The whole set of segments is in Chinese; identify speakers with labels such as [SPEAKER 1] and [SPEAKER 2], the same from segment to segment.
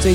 [SPEAKER 1] 最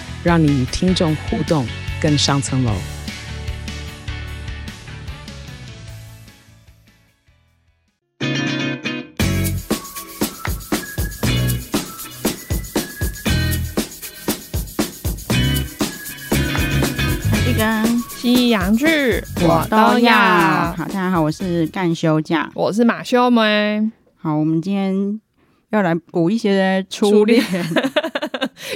[SPEAKER 1] 让你与听众互动更上层楼。
[SPEAKER 2] 这个
[SPEAKER 3] 西洋剧
[SPEAKER 2] 好，大家好，我是干休假。
[SPEAKER 3] 我是马修梅，
[SPEAKER 2] 好，我们今天要来补一些初恋。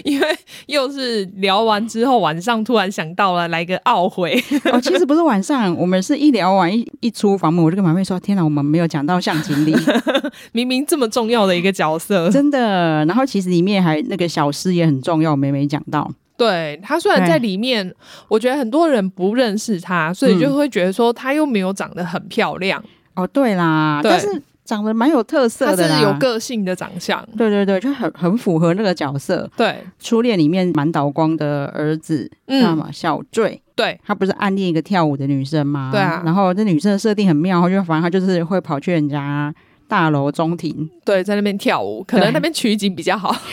[SPEAKER 3] 因为又是聊完之后晚上突然想到了来个懊悔，
[SPEAKER 2] 哦，其实不是晚上，我们是一聊完一一出房门，我就跟马妹说：“天哪，我们没有讲到向经 理，
[SPEAKER 3] 明明这么重要的一个角色，
[SPEAKER 2] 真的。”然后其实里面还那个小诗也很重要，我们也没讲到。
[SPEAKER 3] 对嗯他虽然在里面，我觉得很多人不认识他，所以就会觉得说他又没有长得很漂亮，
[SPEAKER 2] 哦，对啦，
[SPEAKER 3] 对
[SPEAKER 2] 但是长得蛮有特色
[SPEAKER 3] 他
[SPEAKER 2] 的啦，
[SPEAKER 3] 是有个性的长相。
[SPEAKER 2] 对对对，就很很符合那个角色。
[SPEAKER 3] 对，
[SPEAKER 2] 初恋里面满岛光的儿子，知道
[SPEAKER 3] 嗯，
[SPEAKER 2] 吗？小坠，
[SPEAKER 3] 对，
[SPEAKER 2] 他不是暗恋一个跳舞的女生吗？
[SPEAKER 3] 对啊
[SPEAKER 2] 然后这女生的设定很妙，就反正她就是会跑去人家大楼中 庭，
[SPEAKER 3] 对，在那边跳舞，可
[SPEAKER 2] 对
[SPEAKER 3] 能那边取景比较好。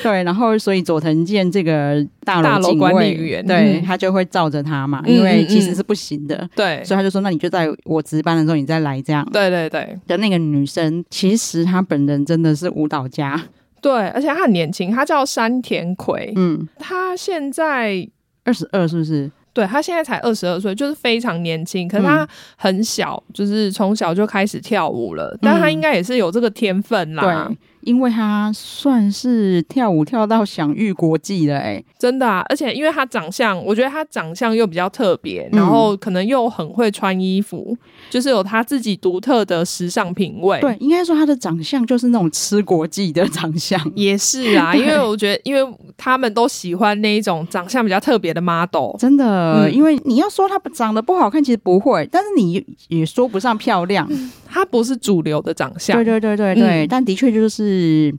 [SPEAKER 2] 对，然后所以佐藤健这个大
[SPEAKER 3] 大楼
[SPEAKER 2] 警卫
[SPEAKER 3] 管理员
[SPEAKER 2] 对、
[SPEAKER 3] 嗯
[SPEAKER 2] 他就会罩着她嘛，
[SPEAKER 3] 嗯
[SPEAKER 2] 因为
[SPEAKER 3] 嗯
[SPEAKER 2] 其实
[SPEAKER 3] 嗯
[SPEAKER 2] 是不行的。
[SPEAKER 3] 对，
[SPEAKER 2] 所以他就说：“那你就在我值班的时候，你再来这样。
[SPEAKER 3] 对对对”
[SPEAKER 2] 的那个女生，其实她本人真的是舞蹈家，
[SPEAKER 3] 对，而且他很年轻，他叫山田葵，
[SPEAKER 2] 嗯，
[SPEAKER 3] 他现在
[SPEAKER 2] 二十二是不是？
[SPEAKER 3] 对他现在才二十二岁，就是非常年轻。可是
[SPEAKER 2] 嗯
[SPEAKER 3] 他很小，就是从小就开始跳舞了，但他应该也是有这个天分啦
[SPEAKER 2] 嗯对，，因为她算是跳舞跳到享誉国际了、欸，
[SPEAKER 3] 真的啊！而且因为他长相，我觉得他长相又比较特别，
[SPEAKER 2] 嗯
[SPEAKER 3] 然后可能又很会穿衣服，就是有他自己独特的时尚品味。
[SPEAKER 2] 对，，应该说她的长相就是那种吃国际的长相。
[SPEAKER 3] 也是啊，因为我觉得，因为他们都喜欢那一种长相比较特别的 model。
[SPEAKER 2] 真的，
[SPEAKER 3] 嗯
[SPEAKER 2] 因为你要说她长得不好看，其实不会，但是你也说不上漂亮。
[SPEAKER 3] 他不是主流的长相，
[SPEAKER 2] 对对对对对，
[SPEAKER 3] 嗯
[SPEAKER 2] 但的确就是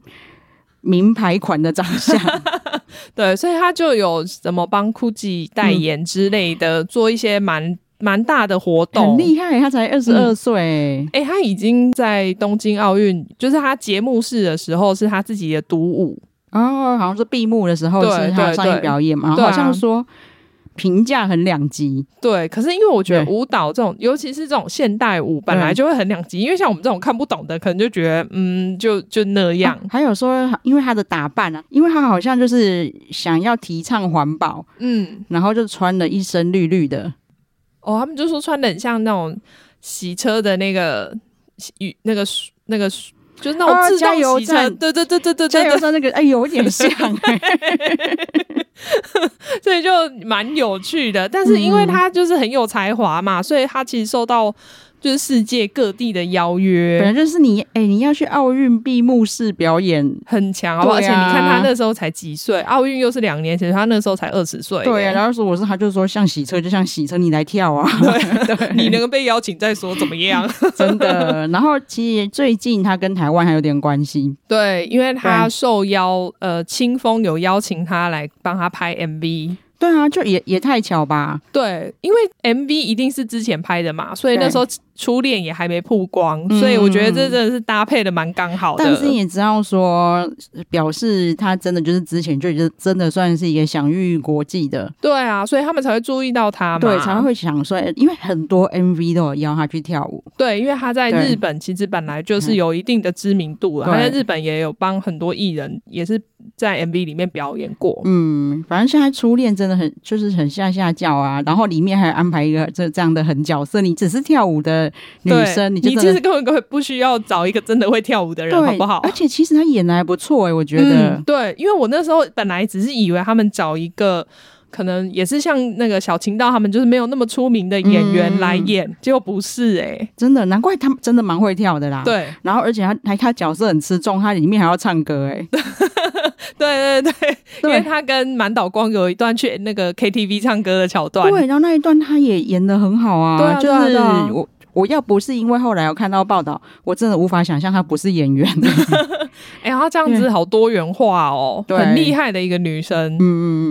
[SPEAKER 2] 名牌款的长相。
[SPEAKER 3] 对，所以他就有怎么帮 GUCCI 代言之类的，做一些蛮蛮大的活动，
[SPEAKER 2] 很厉害，她才二十二岁。
[SPEAKER 3] 哎、他已经在东京奥运，就是他节目式的时候是他自己的独舞，
[SPEAKER 2] 哦，好像是闭幕的时候
[SPEAKER 3] 对
[SPEAKER 2] 是她
[SPEAKER 3] 对
[SPEAKER 2] 上一
[SPEAKER 3] 对
[SPEAKER 2] 表演嘛，
[SPEAKER 3] 对
[SPEAKER 2] 好
[SPEAKER 3] 啊
[SPEAKER 2] 像说评价很两极。
[SPEAKER 3] 对。可是因为我觉得
[SPEAKER 2] 对
[SPEAKER 3] 舞蹈这种，尤其是这种现代舞，本来就会很两极，因为像我们这种看不懂的，可能就觉得嗯，就就那样。
[SPEAKER 2] 啊还有说，因为她的打扮啊，因为她好像就是想要提倡环保，
[SPEAKER 3] 嗯，
[SPEAKER 2] 然后就穿了一身绿绿的。
[SPEAKER 3] 哦，他们就说穿的很像那种洗车的那个洗雨那个水那个水。就是那
[SPEAKER 2] 哦
[SPEAKER 3] 种自
[SPEAKER 2] 加油
[SPEAKER 3] 动洗车，
[SPEAKER 2] 站
[SPEAKER 3] 对对对对对
[SPEAKER 2] 加
[SPEAKER 3] 对
[SPEAKER 2] 油
[SPEAKER 3] 对，
[SPEAKER 2] 站那个，哎，有点 像、哎
[SPEAKER 3] 所以就蛮有趣的。但是因为他就是很有才华嘛，所以他其实受到就是世界各地的邀约，
[SPEAKER 2] 本来就是你，哎、你要去奥运闭幕式表演，
[SPEAKER 3] 很强，好不好？而
[SPEAKER 2] 对
[SPEAKER 3] 且
[SPEAKER 2] 啊
[SPEAKER 3] 你看他那时候才几岁，奥运又是两年前，他那时候才二十岁。
[SPEAKER 2] 对啊，然后说我是，他就说像洗车就像洗车，你来跳啊，
[SPEAKER 3] 对，你能够被邀请再说怎么样？
[SPEAKER 2] 真的。然后其实最近他跟台湾还有点关系，
[SPEAKER 3] 对，因为他
[SPEAKER 2] 对
[SPEAKER 3] 受邀，呃，清风有邀请他来帮他拍 MV。
[SPEAKER 2] 对啊，就
[SPEAKER 3] 嗯
[SPEAKER 2] 也也太巧吧，
[SPEAKER 3] 对，因为 MV 一定是之前拍的嘛，所以
[SPEAKER 2] 对
[SPEAKER 3] 那时候初恋也还没曝光，
[SPEAKER 2] 嗯
[SPEAKER 3] 所以我觉得这真的是搭配的蛮刚好的。
[SPEAKER 2] 但是也知道说，表示他真的就是之前就已经真的算是一个享誉国际的，
[SPEAKER 3] 对啊，所以他们才会注意到他嘛，
[SPEAKER 2] 对，才会想说，哎因为很多 MV 都有邀他去跳舞，
[SPEAKER 3] 对，因为他在
[SPEAKER 2] 对嗯
[SPEAKER 3] 日本其实本来就是有一定的知名度了，
[SPEAKER 2] 对
[SPEAKER 3] 他在日本也有帮很多艺人，也是在 MV 里面表演过。
[SPEAKER 2] 嗯，反正现在初恋真的很就是很下下教啊，然后里面还有安排一个这这样的很角色，你只是跳舞的女
[SPEAKER 3] 对
[SPEAKER 2] 生，
[SPEAKER 3] 你
[SPEAKER 2] 就
[SPEAKER 3] 其
[SPEAKER 2] 真
[SPEAKER 3] 实
[SPEAKER 2] 的
[SPEAKER 3] 根本根本不需要找一个真的会跳舞的人，
[SPEAKER 2] 对
[SPEAKER 3] 好不好
[SPEAKER 2] 而？且其实她演的还不错哎、我觉得。
[SPEAKER 3] 嗯，对，因为我那时候本来只是以为他们找一个。可能也是像那个小情道他们，就是没有那么出名的演
[SPEAKER 2] 嗯
[SPEAKER 3] 员来演，结果不是哎、
[SPEAKER 2] 真的，难怪他们真的啊蛮会跳的啦。，
[SPEAKER 3] 对
[SPEAKER 2] 然后而且他还他角色很吃重，他里面还要唱歌哎、
[SPEAKER 3] 对对对，因为
[SPEAKER 2] 欸对
[SPEAKER 3] 他跟满岛光有一段去那个 KTV 唱歌的桥段，
[SPEAKER 2] 对，然后那一段他也演的很好啊，
[SPEAKER 3] 对啊
[SPEAKER 2] 就
[SPEAKER 3] 对啊
[SPEAKER 2] 是
[SPEAKER 3] 对啊
[SPEAKER 2] 我。我要不是因为后来我看到报道，我真的无法想象她不是演员。
[SPEAKER 3] 哎、她这样子好多元化哦，
[SPEAKER 2] 对
[SPEAKER 3] 很厉害的一个女生。
[SPEAKER 2] 嗯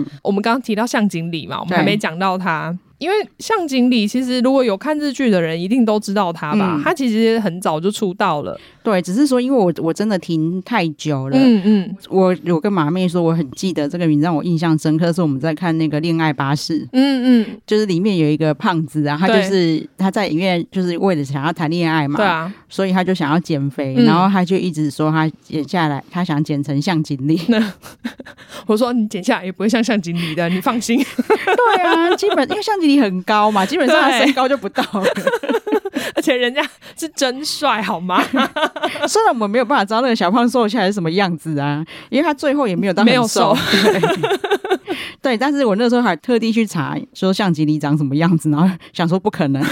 [SPEAKER 2] 嗯
[SPEAKER 3] 我们刚刚提到向井理嘛，我们
[SPEAKER 2] 对
[SPEAKER 3] 还没讲到她，因为向井理其实如果有看日剧的人，一定都知道她吧
[SPEAKER 2] 嗯？
[SPEAKER 3] 她、其实很早就出道了，
[SPEAKER 2] 嗯，对，只是说因为我我真的停太久了，
[SPEAKER 3] 嗯嗯
[SPEAKER 2] 我有跟马妹说，我很记得这个名字让我印象深刻，是我们在看那个《恋爱巴士》，
[SPEAKER 3] 嗯嗯，
[SPEAKER 2] 就是里面有一个胖子啊，他
[SPEAKER 3] 对
[SPEAKER 2] 就是他在里面就是为了想要谈恋爱嘛，
[SPEAKER 3] 对啊，
[SPEAKER 2] 所以他就想要减肥，
[SPEAKER 3] 嗯
[SPEAKER 2] 然后他就一直说他减下来，他想减成像锦鲤。
[SPEAKER 3] 我说你剪下来也不会像向井理的，你放心。
[SPEAKER 2] 对啊， 基本因为像锦鲤很高嘛，基本上他
[SPEAKER 3] 对
[SPEAKER 2] 身高就不到了。
[SPEAKER 3] 而且人家是真帅，好吗？
[SPEAKER 2] 虽然我们没有办法知道那个小胖瘦下来是什么样子啊，因为他最后也没有到
[SPEAKER 3] 没有
[SPEAKER 2] 很
[SPEAKER 3] 瘦
[SPEAKER 2] 瘦。对 对，但是我那时候还特地去查，说像锦鲤长什么样子，然后想说不可能，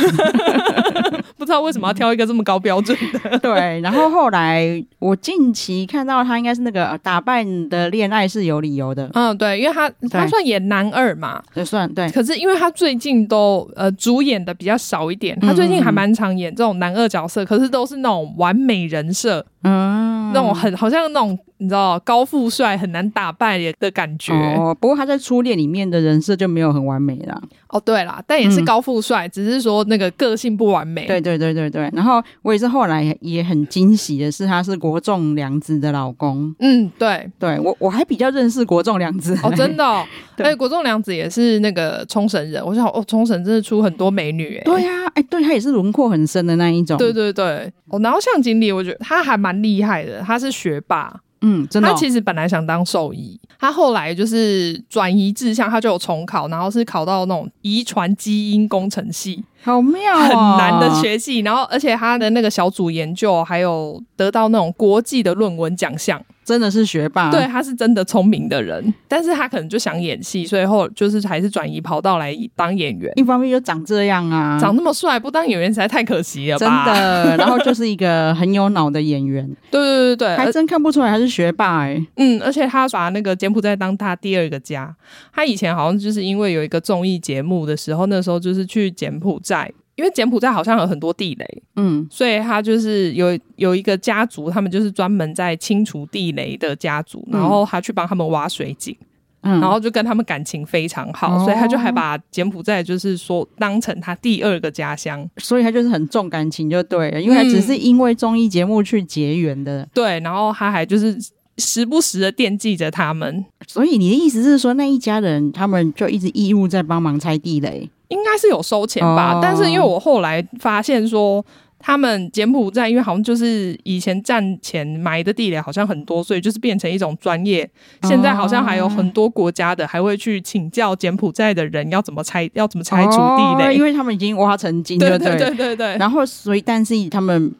[SPEAKER 3] 不知道为什么要挑一个这么高标准的。
[SPEAKER 2] 对，然后后来我近期看到他应该是那个呃打扮的恋爱是有理由的，
[SPEAKER 3] 嗯，对，因为他他算演男二嘛，
[SPEAKER 2] 就算对，
[SPEAKER 3] 可是因为他最近都呃主演的比较少一点，
[SPEAKER 2] 嗯
[SPEAKER 3] 他最近还蛮常演这种男二角色，可是都是那种完美人设，
[SPEAKER 2] 嗯，
[SPEAKER 3] 那种很好像那种你知道高富帅很难打败的感觉。哦
[SPEAKER 2] 哦，不过他在初恋里面的人设就没有很完美啦，
[SPEAKER 3] 哦对啦，但也是
[SPEAKER 2] 嗯
[SPEAKER 3] 高富帅，只是说那个个性不完美。
[SPEAKER 2] 对对对对对。然后我也是后来也很惊喜的是，他是国仲良子的老公，
[SPEAKER 3] 嗯，对，
[SPEAKER 2] 对我我还比较认识国仲良子
[SPEAKER 3] 哦，真。的、哦，
[SPEAKER 2] 对
[SPEAKER 3] 哎，国仲良子也是那个冲绳人，我想哦，冲绳真的出很多美女哎、
[SPEAKER 2] 对呀、哎，对他也是轮廓很深的那一种，
[SPEAKER 3] 对，对对，哦，然后向经理，我觉得他还蛮厉害的，他是学霸，
[SPEAKER 2] 嗯，真的哦、
[SPEAKER 3] 他其实本来想当兽医，他后来就是转移志向，他就有重考，然后是考到那种遗传基因工程系，
[SPEAKER 2] 好妙、哦，
[SPEAKER 3] 很难的学系，然后而且他的那个小组研究还有得到那种国际的论文奖项，
[SPEAKER 2] 真的是学霸，
[SPEAKER 3] 对，他是真的聪明的人，但是他可能就想演戏，所以后就是还是转移跑道来当演员。
[SPEAKER 2] 一方面就长这样啊，
[SPEAKER 3] 长那么帅，不当演员实在太可惜了
[SPEAKER 2] 真
[SPEAKER 3] 吧？，
[SPEAKER 2] 的，然后就是一个很有脑的演 员，
[SPEAKER 3] 对对对对，而
[SPEAKER 2] 还真看不出来他是学霸哎、
[SPEAKER 3] 嗯，而且他把那个柬埔寨当他第二个家。他以前好像就是因为有一个综艺节目的时候，那时候就是去柬埔寨，因为柬埔寨好像有很多地雷，
[SPEAKER 2] 嗯，
[SPEAKER 3] 所以他就是有有一个家族，他们就是专门在清除地雷的家族，
[SPEAKER 2] 嗯
[SPEAKER 3] 然后他去帮他们挖水井，
[SPEAKER 2] 嗯
[SPEAKER 3] 然后就跟他们感情非常好，
[SPEAKER 2] 哦
[SPEAKER 3] 所以他就还把柬埔寨就是说当成他第二个家乡。
[SPEAKER 2] 所以他就是很重感情就对了，因为他只是因为综艺节目去结缘的。
[SPEAKER 3] 对，然后他还就是时不时的惦记着他们，
[SPEAKER 2] 所以你的意思是说，那一家人他们就一直义务在帮忙拆地雷？
[SPEAKER 3] 应该是有收钱吧，
[SPEAKER 2] 哦
[SPEAKER 3] 但是因为我后来发现说，他们柬埔寨因为好像就是以前战前埋的地雷好像很多，所以就是变成一种专业。
[SPEAKER 2] 哦
[SPEAKER 3] 现在好像还有很多国家的还会去请教柬埔寨的人要怎么拆，要怎么拆除地
[SPEAKER 2] 哦
[SPEAKER 3] 雷。
[SPEAKER 2] 因为他们已经挖成精，
[SPEAKER 3] 对
[SPEAKER 2] 不
[SPEAKER 3] 对对对对，
[SPEAKER 2] 然后，所以但是他们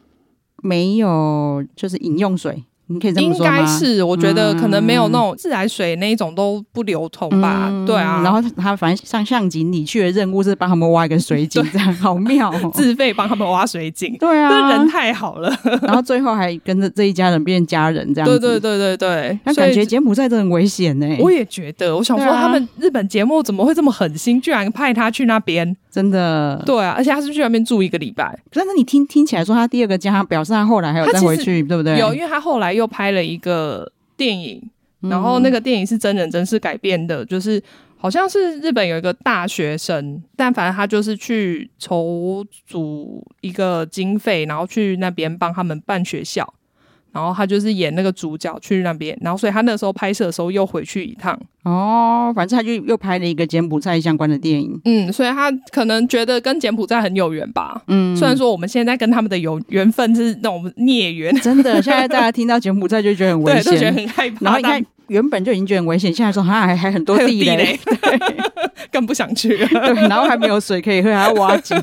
[SPEAKER 2] 没有就是饮用水，你可以这么
[SPEAKER 3] 应
[SPEAKER 2] 说吗？
[SPEAKER 3] 该是我觉得可能没有那种自来水那一种都不流通吧。
[SPEAKER 2] 嗯
[SPEAKER 3] 对啊，
[SPEAKER 2] 然后他反正上象井里去的任务是帮他们挖一个水井，这样好妙、哦。
[SPEAKER 3] 自费帮他们挖水井，
[SPEAKER 2] 对啊，
[SPEAKER 3] 这人太好了。
[SPEAKER 2] 然后最后还跟着这一家人变家人这样
[SPEAKER 3] 对
[SPEAKER 2] 子。
[SPEAKER 3] 对对对对，
[SPEAKER 2] 那
[SPEAKER 3] 所以
[SPEAKER 2] 感觉柬埔寨真的很危险呢、
[SPEAKER 3] 我也觉得，我想说
[SPEAKER 2] 对啊
[SPEAKER 3] 他们日本节目怎么会这么狠心，居然派他去那边？
[SPEAKER 2] 真的。
[SPEAKER 3] 对啊，而且他是去那边住一个礼拜。
[SPEAKER 2] 但是你听听起来说他第二个家，表示他后来还有
[SPEAKER 3] 他
[SPEAKER 2] 再
[SPEAKER 3] 其
[SPEAKER 2] 回
[SPEAKER 3] 实
[SPEAKER 2] 去，对不对？
[SPEAKER 3] 有，因为他后来又拍了一个电影，
[SPEAKER 2] 嗯
[SPEAKER 3] 然后那个电影是真人真事改编的，就是好像是日本有一个大学生，但反正他就是去筹组一个经费，然后去那边帮他们办学校。然后他就是演那个主角去那边，然后所以他那时候拍摄的时候又回去一趟，
[SPEAKER 2] 哦，反正他就又拍了一个柬埔寨相关的电影。
[SPEAKER 3] 嗯，所以他可能觉得跟柬埔寨很有缘吧，
[SPEAKER 2] 嗯，
[SPEAKER 3] 虽然说我们现在跟他们的有缘分是那种孽缘，
[SPEAKER 2] 真的，现在大家听到柬埔寨就觉得很危
[SPEAKER 3] 对，都觉
[SPEAKER 2] 险。
[SPEAKER 3] 得很害怕。
[SPEAKER 2] 然后你看
[SPEAKER 3] 但，
[SPEAKER 2] 原本就已经觉得很危险，现在说他还还很多
[SPEAKER 3] 还有
[SPEAKER 2] 地
[SPEAKER 3] 地
[SPEAKER 2] 雷
[SPEAKER 3] 雷，更不想去了。
[SPEAKER 2] 对，然后还没有水可以喝，还要挖井。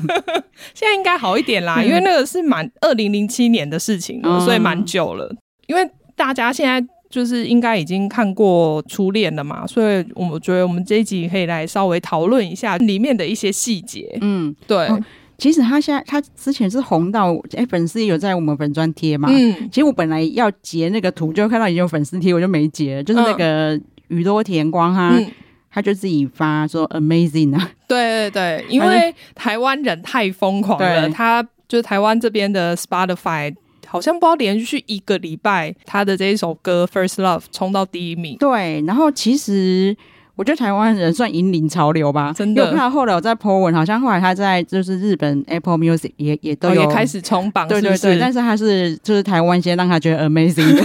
[SPEAKER 3] 现在应该好一点啦，
[SPEAKER 2] 嗯
[SPEAKER 3] 因为那个是蛮二零零七年的事情了，
[SPEAKER 2] 嗯
[SPEAKER 3] 所以蛮久了。因为大家现在就是应该已经看过《初恋》了嘛，所以我觉得我们这一集可以来稍微讨论一下里面的一些细节。
[SPEAKER 2] 嗯，
[SPEAKER 3] 对，
[SPEAKER 2] 哦其实他现在他之前是红到，哎、粉丝有在我们粉专贴嘛，
[SPEAKER 3] 嗯，
[SPEAKER 2] 其实我本来要截那个图，就看到已经有粉丝贴，我就没截了。就是那个宇多田光哈，
[SPEAKER 3] 嗯，
[SPEAKER 2] 他就自己发说 amazing 啊，
[SPEAKER 3] 对对对，因为台湾人太疯狂了，
[SPEAKER 2] 对
[SPEAKER 3] 他就是台湾这边的 Spotify。好像不知道连续一个礼拜，他的这一首歌《First Love》冲到第一名。
[SPEAKER 2] 对。然后其实我觉得台湾人算引领潮流吧，
[SPEAKER 3] 真的
[SPEAKER 2] 因为我看到后来我在 po 文，好像后来他在就是日本 Apple Music 也也都
[SPEAKER 3] 哦
[SPEAKER 2] 有、
[SPEAKER 3] 也开。始冲榜，
[SPEAKER 2] 对
[SPEAKER 3] 是不
[SPEAKER 2] 对
[SPEAKER 3] 是
[SPEAKER 2] 对，但是他是就是台湾先让他觉得 amazing 的。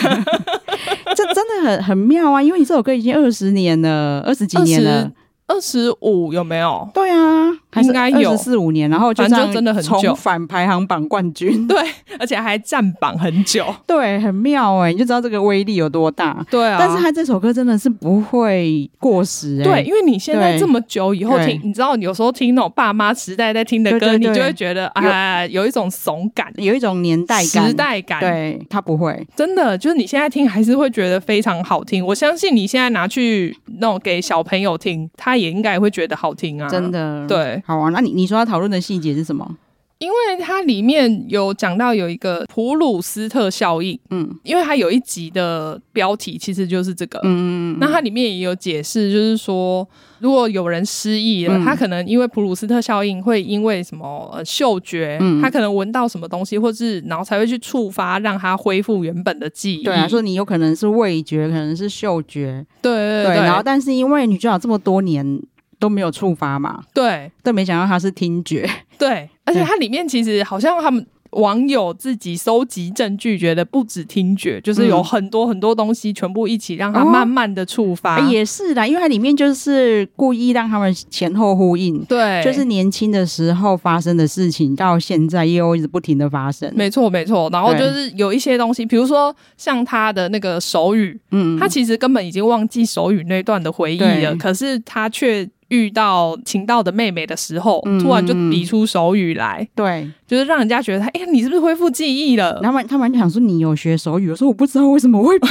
[SPEAKER 2] 这真的很很妙啊，因为你这首歌已经二十年了，二十几年
[SPEAKER 3] 二
[SPEAKER 2] 了
[SPEAKER 3] 十，二十五有没有？
[SPEAKER 2] 对啊，还是
[SPEAKER 3] 应该有
[SPEAKER 2] 二十四五年，然后就
[SPEAKER 3] 反正
[SPEAKER 2] 这
[SPEAKER 3] 就
[SPEAKER 2] 样
[SPEAKER 3] 真的很久
[SPEAKER 2] 重返排行榜冠 军。
[SPEAKER 3] 对，而且还占榜 很久。
[SPEAKER 2] 对，很妙哎、你就知道这个威力有多大。
[SPEAKER 3] 对啊
[SPEAKER 2] 但是他这首歌真的是不会过时哎、
[SPEAKER 3] 对，因为你现在
[SPEAKER 2] 对
[SPEAKER 3] 这么久以后
[SPEAKER 2] 对
[SPEAKER 3] 听，你知道，有时候听那种爸妈时代在听的歌，
[SPEAKER 2] 对对对
[SPEAKER 3] 你就会觉得啊，有一种怂感、
[SPEAKER 2] 有一种年代感。
[SPEAKER 3] 时代感。，
[SPEAKER 2] 对，他不会。
[SPEAKER 3] 真的就是你现在听还是会觉得非常好听。我相信你现在拿去那种给小朋友听，他也应该也会觉得好听啊。
[SPEAKER 2] 真，的。。
[SPEAKER 3] 对，
[SPEAKER 2] 好啊，那你你说要讨论的细节是什么？
[SPEAKER 3] 因为它里面有讲到有一个普鲁斯特效应，
[SPEAKER 2] 嗯
[SPEAKER 3] 因为它有一集的标题其实就是这个，
[SPEAKER 2] 嗯，
[SPEAKER 3] 那它里面也有解释，就是说，如果有人失忆了，
[SPEAKER 2] 嗯
[SPEAKER 3] 他可能因为普鲁斯特效应，会因为什么、呃、嗅觉，
[SPEAKER 2] 嗯
[SPEAKER 3] 他可能闻到什么东西，或是然后才会去触发，让他恢复原本的记忆。
[SPEAKER 2] 对啊，说你有可能是味觉，可能是嗅觉，
[SPEAKER 3] 对对对，
[SPEAKER 2] 然后但是因为女主角这么多年都没有触发嘛，
[SPEAKER 3] 对
[SPEAKER 2] 但没想到她是听觉。
[SPEAKER 3] 对，而且它里面其实好像他们。网友自己收集证据，觉得不止听觉，就是有
[SPEAKER 2] 嗯
[SPEAKER 3] 很多很多东西全部一起让他
[SPEAKER 2] 哦
[SPEAKER 3] 慢慢的触发。
[SPEAKER 2] 哎也是啦，因为它里面就是故意让他们前后呼应，
[SPEAKER 3] 对，
[SPEAKER 2] 就是年轻的时候发生的事情，到现在又一直不停的发生。
[SPEAKER 3] 没错没错。然后
[SPEAKER 2] 对
[SPEAKER 3] 就是有一些东西，比如说像他的那个手语，
[SPEAKER 2] 嗯，
[SPEAKER 3] 他其实根本已经忘记手语那段的回忆了，
[SPEAKER 2] 对
[SPEAKER 3] 可是他却遇到秦道的妹妹的时候，
[SPEAKER 2] 嗯
[SPEAKER 3] 突然就比出手语来，
[SPEAKER 2] 对，
[SPEAKER 3] 就是让人家觉得他，哎、你是不是恢复记忆了？
[SPEAKER 2] 然后他们就想说你有学手语，我说我不知道为什么 会比，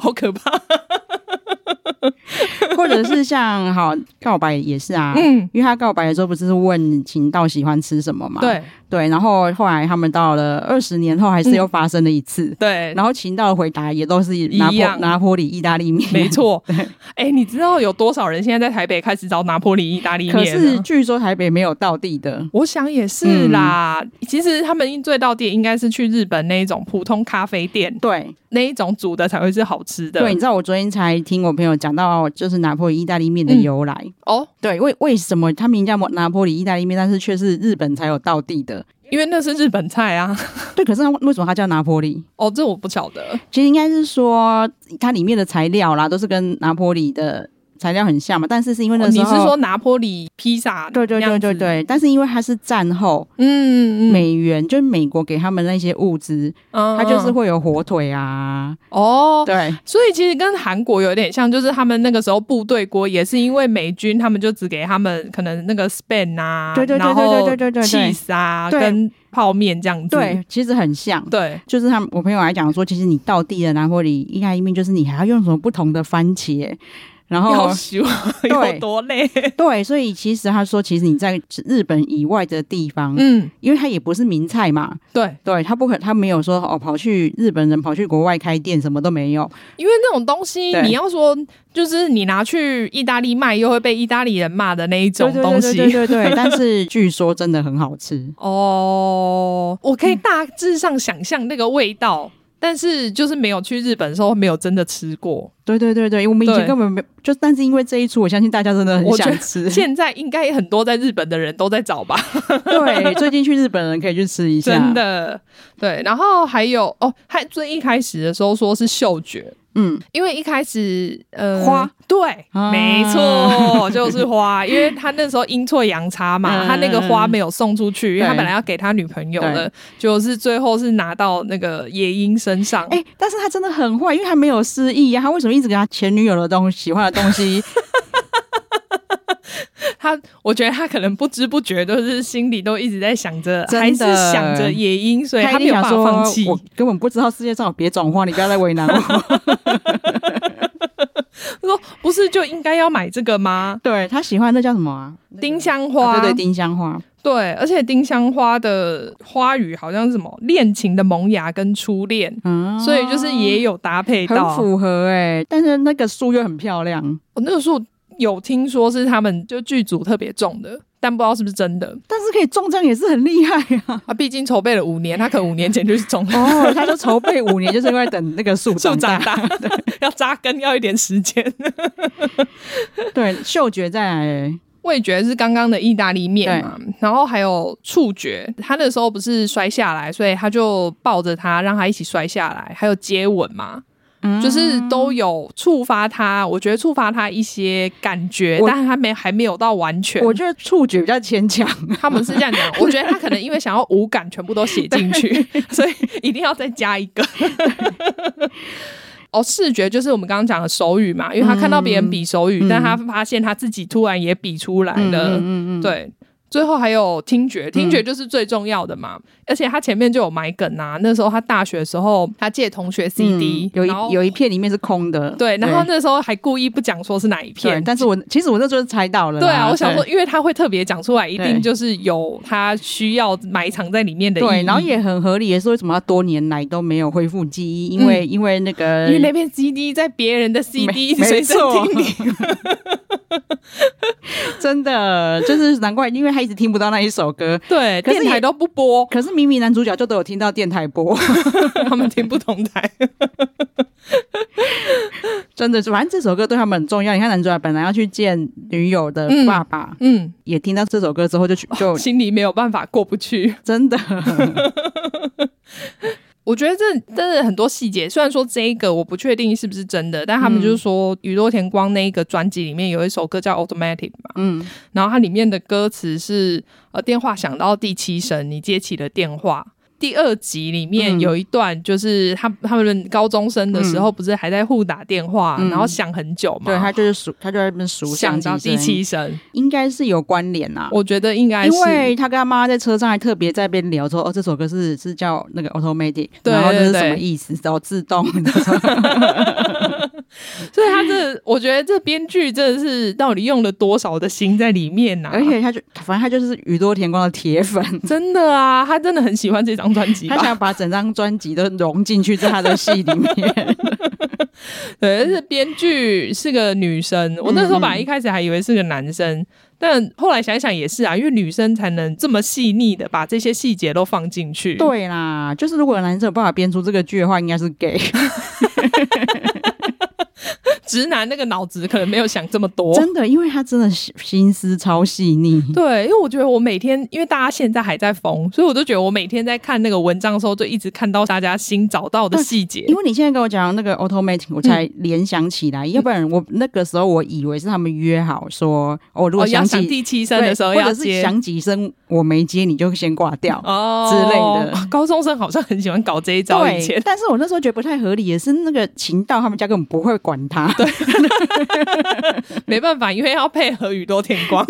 [SPEAKER 3] 好可怕！
[SPEAKER 2] 或者是像好告白也是啊，
[SPEAKER 3] 嗯，
[SPEAKER 2] 因为他告白的时候不是是问秦道喜欢吃什么嘛，
[SPEAKER 3] 对
[SPEAKER 2] 对，然后后来他们到了二十年后还是又发生了一次，
[SPEAKER 3] 嗯对，
[SPEAKER 2] 然后秦道的回答也都是拿
[SPEAKER 3] 一
[SPEAKER 2] 破
[SPEAKER 3] 样
[SPEAKER 2] 拿坡里意大利面，
[SPEAKER 3] 没。错。哎、你知道有多少人现在在台北开始找拿破里意大利
[SPEAKER 2] 可
[SPEAKER 3] 面啊
[SPEAKER 2] 是
[SPEAKER 3] 呢？
[SPEAKER 2] 据说台北没有到地的，
[SPEAKER 3] 我想也是啦。嗯其实他们最到店应该是去日本那一种普通咖啡店，
[SPEAKER 2] 对
[SPEAKER 3] 那一种煮的才会是好吃的。
[SPEAKER 2] 对，你知道我昨天才听我朋友讲到，就是拿破里意大利面的
[SPEAKER 3] 嗯
[SPEAKER 2] 由来，
[SPEAKER 3] 哦，
[SPEAKER 2] 对，为为什么它名叫拿破里意大利面，但是却是日本才有道地的？
[SPEAKER 3] 因为那是日本菜啊。
[SPEAKER 2] 对，可是它为什么它叫拿破里？
[SPEAKER 3] 哦，这我不晓得。
[SPEAKER 2] 其实应该是说它里面的材料啦，都是跟拿破里的材料很像嘛。但是是因为
[SPEAKER 3] 哦
[SPEAKER 2] 那
[SPEAKER 3] 你
[SPEAKER 2] 时
[SPEAKER 3] 是
[SPEAKER 2] 候，
[SPEAKER 3] 说拿坡里披萨？
[SPEAKER 2] 对对对对，对，但是因为它是战后、
[SPEAKER 3] 嗯，
[SPEAKER 2] 美元，就是美国给他们那些物资，
[SPEAKER 3] 它
[SPEAKER 2] 它就是会有火腿啊，
[SPEAKER 3] 嗯哦。
[SPEAKER 2] 对
[SPEAKER 3] 所以其实跟韩国有点像，就是他们那个时候部队锅也是因为美军，他们就只给他们可能那个 span 啊，
[SPEAKER 2] 对对对
[SPEAKER 3] 然后
[SPEAKER 2] 对对对对对对
[SPEAKER 3] cheese 啊，
[SPEAKER 2] 对
[SPEAKER 3] 跟泡面这样子，
[SPEAKER 2] 对，其实很像。
[SPEAKER 3] 对
[SPEAKER 2] 就是他们，我朋友还讲说，其实你到地的拿破里意大利面，就是你还要用什么不同的番茄，然后
[SPEAKER 3] 要修有
[SPEAKER 2] 对
[SPEAKER 3] 多累，
[SPEAKER 2] 对，所以其实他说，其实你在日本以外的地方，
[SPEAKER 3] 嗯，
[SPEAKER 2] 因为他也不是名菜嘛，
[SPEAKER 3] 对，
[SPEAKER 2] 对他不可，他没有说哦，跑去日本人跑去国外开店，什么都没有。
[SPEAKER 3] 因为那种东西
[SPEAKER 2] 对
[SPEAKER 3] 你要说就是你拿去意大利卖，又会被意大利人骂的那一种
[SPEAKER 2] 对对对
[SPEAKER 3] 东
[SPEAKER 2] 对
[SPEAKER 3] 西。
[SPEAKER 2] 对对对但是据说真的很好吃。
[SPEAKER 3] 哦，我可以大致上想象那个味道，但是就是没有去日本的时候没有真的吃过。
[SPEAKER 2] 对对对对，我们以
[SPEAKER 3] 对
[SPEAKER 2] 前根本没就，但是因为这一出，我相信大家真的很
[SPEAKER 3] 我觉
[SPEAKER 2] 想
[SPEAKER 3] 得
[SPEAKER 2] 吃。
[SPEAKER 3] 现在应该很多在日本的人都在找吧，
[SPEAKER 2] 对，最近去日本人可以去吃一下。
[SPEAKER 3] 真，的。对，然后还有哦，还最一开始的时候说是嗅觉，
[SPEAKER 2] 嗯，
[SPEAKER 3] 因为一开始呃
[SPEAKER 2] 花
[SPEAKER 3] 对，
[SPEAKER 2] 啊
[SPEAKER 3] 没错，就是 花，因为他那时候阴错阳差嘛，
[SPEAKER 2] 嗯
[SPEAKER 3] 他那个花没有送出去，因为他
[SPEAKER 2] 对
[SPEAKER 3] 本来要给他女朋友的，就是最后是拿到那个野樱身上。
[SPEAKER 2] 哎、但是他真的很坏，因为他没有失忆啊呀、他为什么一直给他前女友的东西、喜欢的东 西？
[SPEAKER 3] 他，我觉得他可能不知不觉就是心里都一直在想着，
[SPEAKER 2] 真的
[SPEAKER 3] 还是想着野樱，所以
[SPEAKER 2] 他
[SPEAKER 3] 他
[SPEAKER 2] 一
[SPEAKER 3] 没
[SPEAKER 2] 定
[SPEAKER 3] 有
[SPEAKER 2] 想
[SPEAKER 3] 办法
[SPEAKER 2] 说，
[SPEAKER 3] 放弃。
[SPEAKER 2] 我根本不知道世界上有别种花，你不要再为难我。
[SPEAKER 3] 他说不是就应该要买这个吗？
[SPEAKER 2] 对他喜欢那叫什么啊？
[SPEAKER 3] 丁香花，
[SPEAKER 2] 啊对对，丁香花。
[SPEAKER 3] 对，而且丁香花的花语好像是什么恋情的萌芽跟初恋，
[SPEAKER 2] 嗯，
[SPEAKER 3] 所以就是也有搭配
[SPEAKER 2] 很
[SPEAKER 3] 到。
[SPEAKER 2] 符合哎、但是那个树又很漂亮，
[SPEAKER 3] 我那个树有听说是他们就剧组特别种的，但不知道是不是真的。
[SPEAKER 2] 但是可以中奖也是很厉害啊。
[SPEAKER 3] 他毕竟筹备了五年，他可能五年前就去种了，
[SPEAKER 2] 哦，他就筹备五年，就是因为等那个 树
[SPEAKER 3] 树
[SPEAKER 2] 长
[SPEAKER 3] 长大要扎根要一点时间。
[SPEAKER 2] 对，嗅觉再来欸、
[SPEAKER 3] 味觉是刚刚的意大利面嘛，然后还有触觉，他那时候不是摔下来，所以他就抱着他，让他一起摔下来，还有接吻嘛，
[SPEAKER 2] 嗯
[SPEAKER 3] 就是都有触发他，我觉得触发他一些感觉，
[SPEAKER 2] 我
[SPEAKER 3] 但是他没还没有到完全。
[SPEAKER 2] 我觉得触觉比较牵强，
[SPEAKER 3] 他们是这样讲，我觉得他可能因为想要五感全部都写进去， 所以一定要再加一个。 哦，视觉就是我们刚刚讲的手语嘛，因为他看到别人比手语，
[SPEAKER 2] 嗯
[SPEAKER 3] 但他发现他自己突然也比出来了。
[SPEAKER 2] 嗯嗯，
[SPEAKER 3] 对，最后还有听觉，听觉就是最重要的嘛。而且他前面就有买梗啊，那时候他大学的时候，他借同学 CD，、
[SPEAKER 2] 嗯有
[SPEAKER 3] 然后
[SPEAKER 2] 一有一片里面是空的，
[SPEAKER 3] 对，然后那时候还故意不讲说是哪一
[SPEAKER 2] 对
[SPEAKER 3] 片。
[SPEAKER 2] 但是我其实我那时候猜到了啦，
[SPEAKER 3] 对啊，我想说，因为他会特别讲出来，一
[SPEAKER 2] 对
[SPEAKER 3] 定就是有他需要埋藏在里面的
[SPEAKER 2] 对
[SPEAKER 3] 意义。
[SPEAKER 2] 对，然后也很合理，也是为什么他多年来都没有恢复记忆，因为、嗯因为那个
[SPEAKER 3] 因为那片 CD 在别人的 CD
[SPEAKER 2] 没
[SPEAKER 3] 随身听里，
[SPEAKER 2] 真的就是难怪，因为他一直听不到那一首歌。
[SPEAKER 3] 对，
[SPEAKER 2] 可是
[SPEAKER 3] 电台
[SPEAKER 2] 也
[SPEAKER 3] 都不 播，
[SPEAKER 2] 可是明明男主角就都有听到电台播，
[SPEAKER 3] 他们听不同台。
[SPEAKER 2] 真的是，反正这首歌对他们很重要。你看男主角本来要去见女友的
[SPEAKER 3] 嗯
[SPEAKER 2] 爸爸，
[SPEAKER 3] 嗯，
[SPEAKER 2] 也听到这首歌之后就去就
[SPEAKER 3] 心里没有办法过不去。
[SPEAKER 2] 真的，
[SPEAKER 3] 我觉得这真的很多细节，虽然说这一个我不确定是不是真的，但他们就是说宇多田光那一个专辑里面有一首歌叫《Automatic》嘛，
[SPEAKER 2] 嗯，
[SPEAKER 3] 然后它里面的歌词是呃电话响到第七声，你接起了电话。第二集里面
[SPEAKER 2] 嗯
[SPEAKER 3] 有一段，就是他他们高中生的时候，不是还在互打电话，
[SPEAKER 2] 嗯
[SPEAKER 3] 然后响很久嘛，
[SPEAKER 2] 对他就是数，他就在那边数
[SPEAKER 3] 响
[SPEAKER 2] 相
[SPEAKER 3] 到
[SPEAKER 2] 机
[SPEAKER 3] 第
[SPEAKER 2] 声
[SPEAKER 3] 七声，
[SPEAKER 2] 应该是有关联啊。
[SPEAKER 3] 我觉得应该是
[SPEAKER 2] 因为他跟他妈妈在车上还特别在那边聊说，哦，这首歌是是叫那个 automatic，
[SPEAKER 3] 对
[SPEAKER 2] 然后这是
[SPEAKER 3] 对
[SPEAKER 2] 什么
[SPEAKER 3] 对
[SPEAKER 2] 意思？然后自动，
[SPEAKER 3] 所以他这，我觉得这编剧真的是到底用了多少的心在里面呢、啊
[SPEAKER 2] 而 且他就反正他就是宇多田光的铁 粉，
[SPEAKER 3] 真的啊，他真的很喜欢这张专辑
[SPEAKER 2] 他
[SPEAKER 3] 吧？
[SPEAKER 2] 想把整张专辑都融进去在他的戏里 面。
[SPEAKER 3] 对，而且编剧是个女生，我那时候本来一开始还以为是个男生，但后来想一想也是啊，因为女生才能这么细腻的把这些细节都放进去。，
[SPEAKER 2] 对啦，就是如果男生有办法编出这个剧的话，应该是 gay，
[SPEAKER 3] 直男那个脑子可能没有想这么多。
[SPEAKER 2] 真的，因为他真的心心思超细腻。
[SPEAKER 3] 对，因为我觉得我每天，因为大家现在还在疯，所以我就觉得我每天在看那个文章的时候，就一直看到大家新找到的细节。
[SPEAKER 2] 因为你现在跟我讲那个 automatic，我才联想起来，要不然我那个时候我以为是他们约好说，哦，如
[SPEAKER 3] 哦，
[SPEAKER 2] 果
[SPEAKER 3] 要
[SPEAKER 2] 想
[SPEAKER 3] 想
[SPEAKER 2] 起
[SPEAKER 3] 第七声
[SPEAKER 2] 对，
[SPEAKER 3] 的时候
[SPEAKER 2] 或
[SPEAKER 3] 要
[SPEAKER 2] 者是
[SPEAKER 3] 接
[SPEAKER 2] 响几声我没接，你就先挂 掉。
[SPEAKER 3] 哦
[SPEAKER 2] 之类的
[SPEAKER 3] 啊高中生好像很喜欢搞这一招，以
[SPEAKER 2] 对
[SPEAKER 3] 前，
[SPEAKER 2] 但是我那时候觉得不太合理，也是那个情道他们家根本不会管 他。对，
[SPEAKER 3] 没办法，因为要配合宇多田光。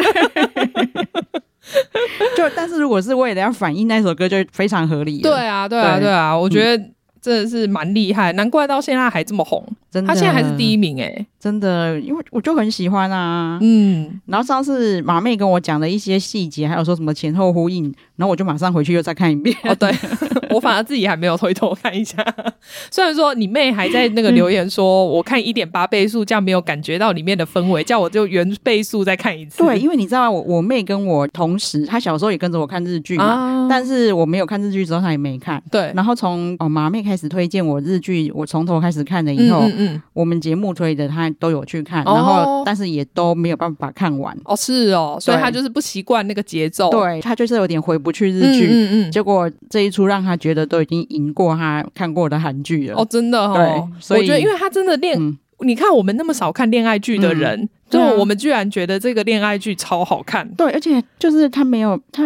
[SPEAKER 2] 就但是如果是为了要反映那首歌，就非常合理。
[SPEAKER 3] 对，啊，对啊，
[SPEAKER 2] 对嗯
[SPEAKER 3] 对啊，我觉得真的是蛮厉害，难怪到现在还这么红。
[SPEAKER 2] 真的，
[SPEAKER 3] 他现在还是第
[SPEAKER 2] 一，
[SPEAKER 3] 一名哎、
[SPEAKER 2] 真的，因为我就很喜欢啊。
[SPEAKER 3] 嗯，
[SPEAKER 2] 然后上次马妹跟我讲的一些细节，还有说什么前后呼应，然后我就马上回去又再看一遍。
[SPEAKER 3] 哦对， 我反而自己还没有回头看一下。 虽然说你妹还在那个留言说，我看一点八倍速，这样没有感觉到里面的氛围，叫我就原倍速再看一 次。
[SPEAKER 2] 对，因为你知道吗我我妹跟我同时，她小时候也跟着我看日剧嘛，
[SPEAKER 3] 啊，
[SPEAKER 2] 但是我没有看日剧之后，她也没看。
[SPEAKER 3] 对，
[SPEAKER 2] 然后从哦马妹开始推荐我日剧，我从头开始看了以
[SPEAKER 3] 嗯
[SPEAKER 2] 后，
[SPEAKER 3] 嗯嗯，
[SPEAKER 2] 我们节目推的她都有去看，
[SPEAKER 3] 哦
[SPEAKER 2] 然后但是也都没有办法看完。
[SPEAKER 3] 哦是哦，所以
[SPEAKER 2] 对
[SPEAKER 3] 他就是不习惯那个节奏。
[SPEAKER 2] 对她就是有点回不去日
[SPEAKER 3] 哦嗯，
[SPEAKER 2] 剧，
[SPEAKER 3] 嗯嗯
[SPEAKER 2] 结果这一出让她觉得都已经赢过她看过的韩剧了。
[SPEAKER 3] 哦，真的哦，
[SPEAKER 2] 对所以
[SPEAKER 3] 我觉得，因为他真的恋，
[SPEAKER 2] 嗯
[SPEAKER 3] 你看我们那么少看恋爱剧的人，就
[SPEAKER 2] 对啊
[SPEAKER 3] 我们居然觉得这个恋爱剧超好看，
[SPEAKER 2] 对，而且就是他没有他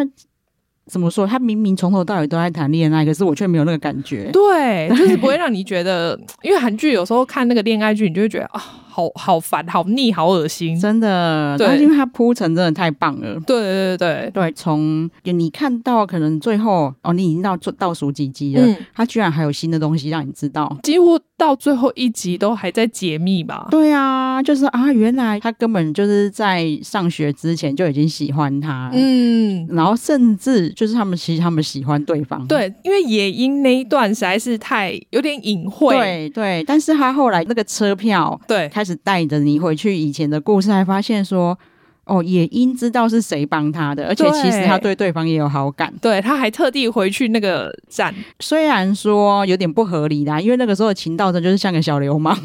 [SPEAKER 2] 怎么说，他明明从头到尾都在谈恋爱，可是我却没有那个感觉。
[SPEAKER 3] 对，就是不会让你觉得，因为韩剧有时候看那个恋爱剧，你就会觉得啊、好好烦、好腻、好恶心。
[SPEAKER 2] 真的，
[SPEAKER 3] 对
[SPEAKER 2] 但是因为它铺陈真的太棒了。
[SPEAKER 3] 对对对对，
[SPEAKER 2] 对，从你看到可能最后哦，你已经到做倒数几集了，
[SPEAKER 3] 嗯
[SPEAKER 2] 它居然还有新的东西让你知道。
[SPEAKER 3] 几乎到最后一集都还在解密吧。
[SPEAKER 2] 对啊，就是啊，原来他根本就是在上学之前就已经喜欢他，
[SPEAKER 3] 嗯，
[SPEAKER 2] 然后甚至就是他们其实他们喜欢对方，
[SPEAKER 3] 对，因为野樱那一段实在是太有点隐晦。
[SPEAKER 2] 对对，但是他后来那个车票
[SPEAKER 3] 对
[SPEAKER 2] 开始带着你回去以前的故事，还发现说，哦，也应知道是谁帮他的，而且
[SPEAKER 3] 对
[SPEAKER 2] 其实他对对方也有好感。
[SPEAKER 3] 对，他还特地回去那个站，
[SPEAKER 2] 虽然说有点不合理啦，因为那个时候的秦道真就是像个小流氓。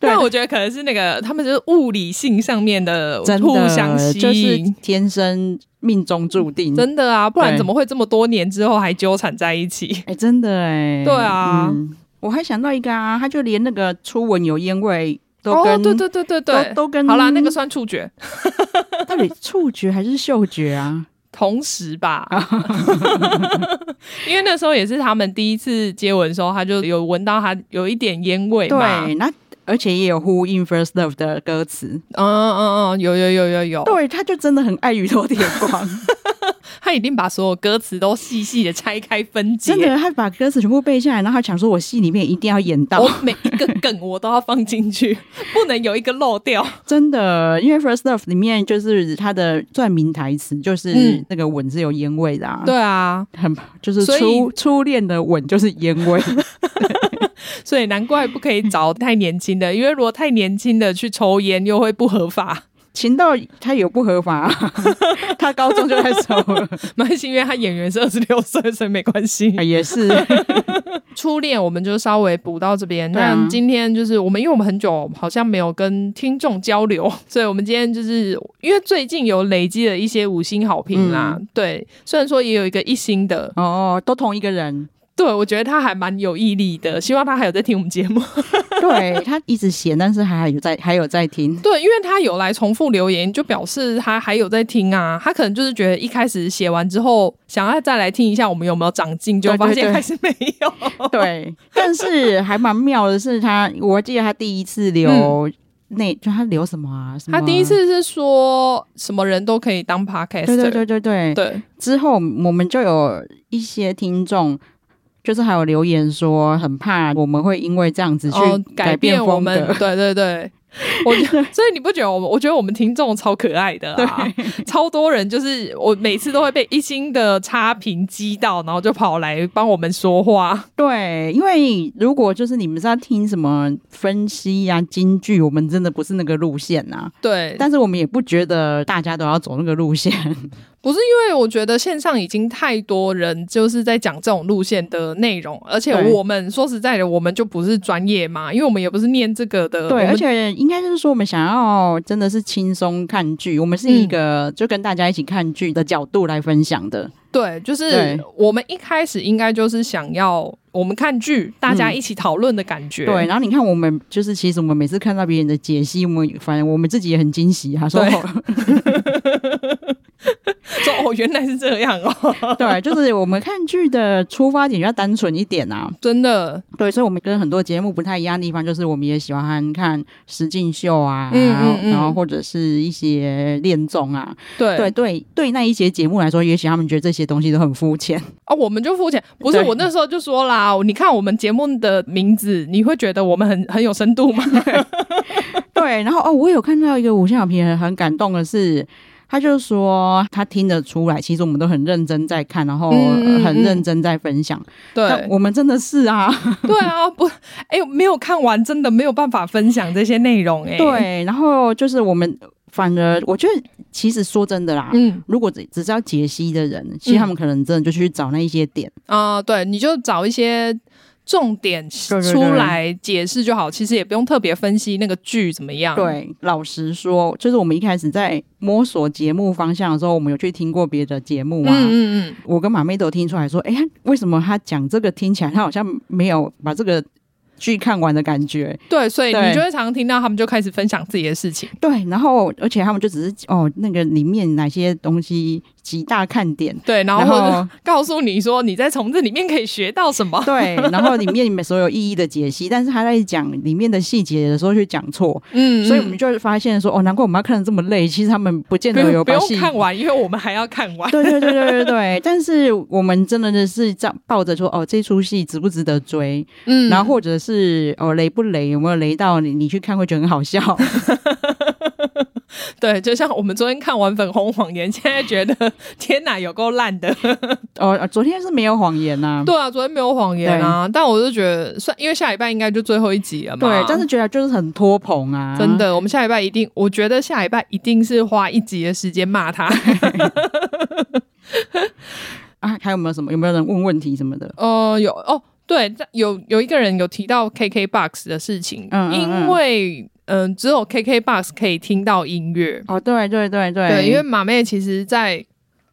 [SPEAKER 2] 对
[SPEAKER 3] 但我觉得可能是那个他们就是物理性上面的
[SPEAKER 2] 真的
[SPEAKER 3] 互相吸
[SPEAKER 2] 就是
[SPEAKER 3] 引，
[SPEAKER 2] 天生命中注定。
[SPEAKER 3] 真的啊，不然
[SPEAKER 2] 对
[SPEAKER 3] 怎么会这么多年之后还纠缠在一起？
[SPEAKER 2] 哎、真的哎、
[SPEAKER 3] 对啊
[SPEAKER 2] 嗯我还想到一个啊，他就连那个初吻有烟味 都跟、
[SPEAKER 3] 哦，对对对对对
[SPEAKER 2] 都，都跟
[SPEAKER 3] 好啦，那个算触觉，
[SPEAKER 2] 到底触觉还是嗅觉啊？
[SPEAKER 3] 同时 吧，因为那时候也是他们第一次接吻的时候，他就有闻到他有一点烟味嘛，
[SPEAKER 2] 对，那而且也有呼应 First Love 的歌词，
[SPEAKER 3] 嗯嗯嗯，有有有有有，
[SPEAKER 2] 对，他就真的很爱宇多田 光，
[SPEAKER 3] 他一定把所有歌词都细细的拆开分解，
[SPEAKER 2] 真的，他把歌词全部背下来，然后他想说，我戏里面一定要演到
[SPEAKER 3] 我，每一个梗我都要放进去，不能有一个漏掉。
[SPEAKER 2] 真的，因为 First Love 里面就是他的算名台词，就是
[SPEAKER 3] 嗯
[SPEAKER 2] 那个吻是有烟味的、啊，
[SPEAKER 3] 对，啊，
[SPEAKER 2] 很就是
[SPEAKER 3] 所以
[SPEAKER 2] 初初恋的吻就是烟味，
[SPEAKER 3] 所以难怪不可以找太年轻的，因为如果太年轻的去抽烟又会不合法。
[SPEAKER 2] 秦道他有不合法、 他高中就在抽了，
[SPEAKER 3] 蛮关系因为他演员是二十六岁， 所以没关系
[SPEAKER 2] 啊。 也是，
[SPEAKER 3] 哎初恋我们就稍微补到这边。
[SPEAKER 2] 对啊
[SPEAKER 3] 那今天就是我们，因为我们很久好像没有跟听众交流， 所以我们今天就是因为最近有累积了一些五星好评啦。对，虽然说也有一个一星的，
[SPEAKER 2] 哦，都同一个人，
[SPEAKER 3] 对我觉得他还蛮有毅力的，希望他还有在听我们节目。
[SPEAKER 2] 对他一直写，但是还有在还有在听，
[SPEAKER 3] 对，因为他有来重复留言，就表示他还有在听啊。他可能就是觉得一开始写完之后，想要再来听一下我们有没有长进，就
[SPEAKER 2] 对对
[SPEAKER 3] 发现
[SPEAKER 2] 对
[SPEAKER 3] 还是没有。
[SPEAKER 2] 对，但是还蛮妙的是他，我记得他第一次留那、就他留什么啊？什么
[SPEAKER 3] 嗯他第一。次是说什么人都可以当 podcaster，
[SPEAKER 2] 对对对对对，
[SPEAKER 3] 对
[SPEAKER 2] 之后我们就有一些听众，就是还有留言说很怕我们会因为这样子去
[SPEAKER 3] 哦改
[SPEAKER 2] 改
[SPEAKER 3] 变我
[SPEAKER 2] 风格，
[SPEAKER 3] 们，对对对。我觉得，所以你不觉得我们？我觉得我们听众超可爱的啊， 超多人就是我每次都会被一星的差评击到，然后就跑来帮我们说话。
[SPEAKER 2] 对，因为如果就是你们是要听什么分析呀、京剧，我们真的不是那个路线呐、
[SPEAKER 3] 对，
[SPEAKER 2] 但是我们也不觉得大家都要走那个路线，
[SPEAKER 3] 不是因为我觉得线上已经太多人就是在讲这种路线的内容，而且
[SPEAKER 2] 对
[SPEAKER 3] 我们说实在的，我们就不是专业嘛，因为我们也不是念这个的。
[SPEAKER 2] 对，
[SPEAKER 3] 我
[SPEAKER 2] 而
[SPEAKER 3] 们
[SPEAKER 2] 且应该就是说，我们想要真的是轻松看剧，我们是
[SPEAKER 3] 嗯
[SPEAKER 2] 一个就跟大家一起看剧的角度来分享的。
[SPEAKER 3] 对，就是
[SPEAKER 2] 对
[SPEAKER 3] 我们一开始应该就是想要我们看剧，大家
[SPEAKER 2] 嗯
[SPEAKER 3] 一起讨论的感觉。
[SPEAKER 2] 对，然后你看，我们就是其实我们每次看到别人的解析，我们反正我们自己也很惊喜啊。说
[SPEAKER 3] 对
[SPEAKER 2] 哦
[SPEAKER 3] 说哦，原来是这样 哦，
[SPEAKER 2] 对，就是我们看剧的出发点要单纯一点啊。
[SPEAKER 3] 真的，
[SPEAKER 2] 对，所以我们跟很多节目不太一样的地方，就是我们也喜欢看实境秀啊，
[SPEAKER 3] 嗯
[SPEAKER 2] 然后
[SPEAKER 3] 嗯嗯
[SPEAKER 2] 然后或者是一些恋综啊。
[SPEAKER 3] 对
[SPEAKER 2] 对对对，那一些节目来说，也许他们觉得这些东西都很肤浅。
[SPEAKER 3] 啊，我们就付钱。不是
[SPEAKER 2] 对
[SPEAKER 3] 我那时候就说啦，你看我们节目的名字，你会觉得我们很 很有 深度吗？
[SPEAKER 2] 对，然后哦，我有看到一个五星好评，很很感动的是，他就说他听得出来，其实我们都很认真在看，然后
[SPEAKER 3] 嗯嗯
[SPEAKER 2] 呃很
[SPEAKER 3] 嗯
[SPEAKER 2] 认真在分享。但
[SPEAKER 3] 对，
[SPEAKER 2] 我们真的是啊，
[SPEAKER 3] 对啊，不，哎、没有看完，真的没有办法分享这些内容、哎，，
[SPEAKER 2] 对。然后就是我们反而，我觉得其实说真的啦。
[SPEAKER 3] 嗯
[SPEAKER 2] 如果只只是要解析的人，其实他们可能真的就去找那一些点，
[SPEAKER 3] 啊、对，你就找一些重点
[SPEAKER 2] 对对
[SPEAKER 3] 出来解释就好，其实也不用特别分析那个剧怎么样。，
[SPEAKER 2] 对，老实说，就是我们一开始在摸索节目方向的时候，我们有去听过别的节目
[SPEAKER 3] 嗯
[SPEAKER 2] 啊，
[SPEAKER 3] 嗯嗯，
[SPEAKER 2] 我跟马妹都听出来说，哎、他为什么他讲这个听起来他好像没有把这个剧看完的感觉？
[SPEAKER 3] 对，所以
[SPEAKER 2] 对
[SPEAKER 3] 你就会常听到他们就开始分享自己的事情。
[SPEAKER 2] 对，然后而且他们就只是哦，那个里面哪些东西几大看点。
[SPEAKER 3] 对，然
[SPEAKER 2] 然
[SPEAKER 3] 后或者
[SPEAKER 2] 后
[SPEAKER 3] 告诉你说你在从这里面可以学到什么。
[SPEAKER 2] 对，然后里面你们所有意义的解析，但是他在讲里面的细节的时候去讲错，
[SPEAKER 3] 嗯
[SPEAKER 2] 所以我们就会发现说，哦，难怪我们要看的这么累，其实他们不见
[SPEAKER 3] 不
[SPEAKER 2] 得
[SPEAKER 3] 用
[SPEAKER 2] 有
[SPEAKER 3] 不
[SPEAKER 2] 把
[SPEAKER 3] 用
[SPEAKER 2] 戏
[SPEAKER 3] 看完，因为我们还要看完。
[SPEAKER 2] 对对对对对对，但是我们真的是这样抱着说，哦，这出戏值不值得追？
[SPEAKER 3] 嗯
[SPEAKER 2] 然后或者是哦雷不雷，有没有雷到你？你去看会觉得很 好笑。
[SPEAKER 3] 对，就像我们昨天看完《粉红谎言》，现在觉得天哪，有够烂 的。
[SPEAKER 2] 哦，呃昨天是没有谎言呐、
[SPEAKER 3] 对啊，昨天没有谎言啊，但我就觉得算，因为下礼拜应该就最后一集了嘛。
[SPEAKER 2] 对，但是觉得就是很拖棚啊，
[SPEAKER 3] 真。的，我们下礼拜一定，我觉得下礼拜一定是花一集的时间骂他。
[SPEAKER 2] 啊，还有没有什么？有没有人问问题什么的？
[SPEAKER 3] 呃，有哦，对，在有有一个人有提到 KKBOX 的事情，
[SPEAKER 2] 嗯嗯嗯
[SPEAKER 3] 因为嗯、只有 KKBOX 可以听到音乐。
[SPEAKER 2] 哦，对对对对，
[SPEAKER 3] 对，因为马妹其实在。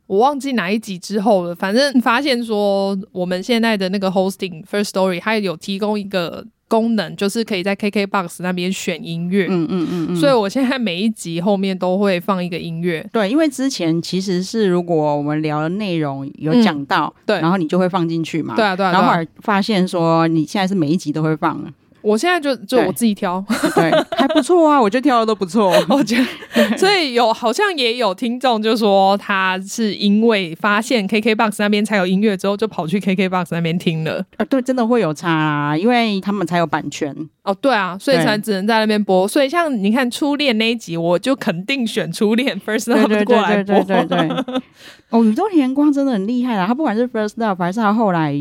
[SPEAKER 3] 我忘记哪一集之后了，反正发现说我们现在的那个 hosting First Story 它有提供一个功能，就是可以在 KKBox 那边选音乐，
[SPEAKER 2] 嗯嗯嗯嗯，
[SPEAKER 3] 所以我现在每一集后面都会放一个音乐。
[SPEAKER 2] 对，因为之前其实是如果我们聊的内容有讲到，
[SPEAKER 3] 对
[SPEAKER 2] 然后你就会放进去嘛，
[SPEAKER 3] 对啊对啊
[SPEAKER 2] 然后后
[SPEAKER 3] 对啊
[SPEAKER 2] 来发现说你现在是每一集都会 放，
[SPEAKER 3] 我现在就就
[SPEAKER 2] 对
[SPEAKER 3] 我自己挑，
[SPEAKER 2] 对，还不错啊，我觉得挑的都不 错，
[SPEAKER 3] 我 觉得，所以有好像也有听众就说他是因为发现 KKBox 那边才有音乐之后，就跑去 KKBox 那边听了。
[SPEAKER 2] 啊，对，真的会有差啊，因为他们才有版权，
[SPEAKER 3] 哦，对啊，所以才只能在那边播。所以像你看初恋那一集，我就肯定选初恋 First
[SPEAKER 2] 对对
[SPEAKER 3] Love 过来
[SPEAKER 2] 对对
[SPEAKER 3] 播
[SPEAKER 2] 对。对 对。哦，宇宙田光真的很厉害啦，他不管是 First Love 还是他后来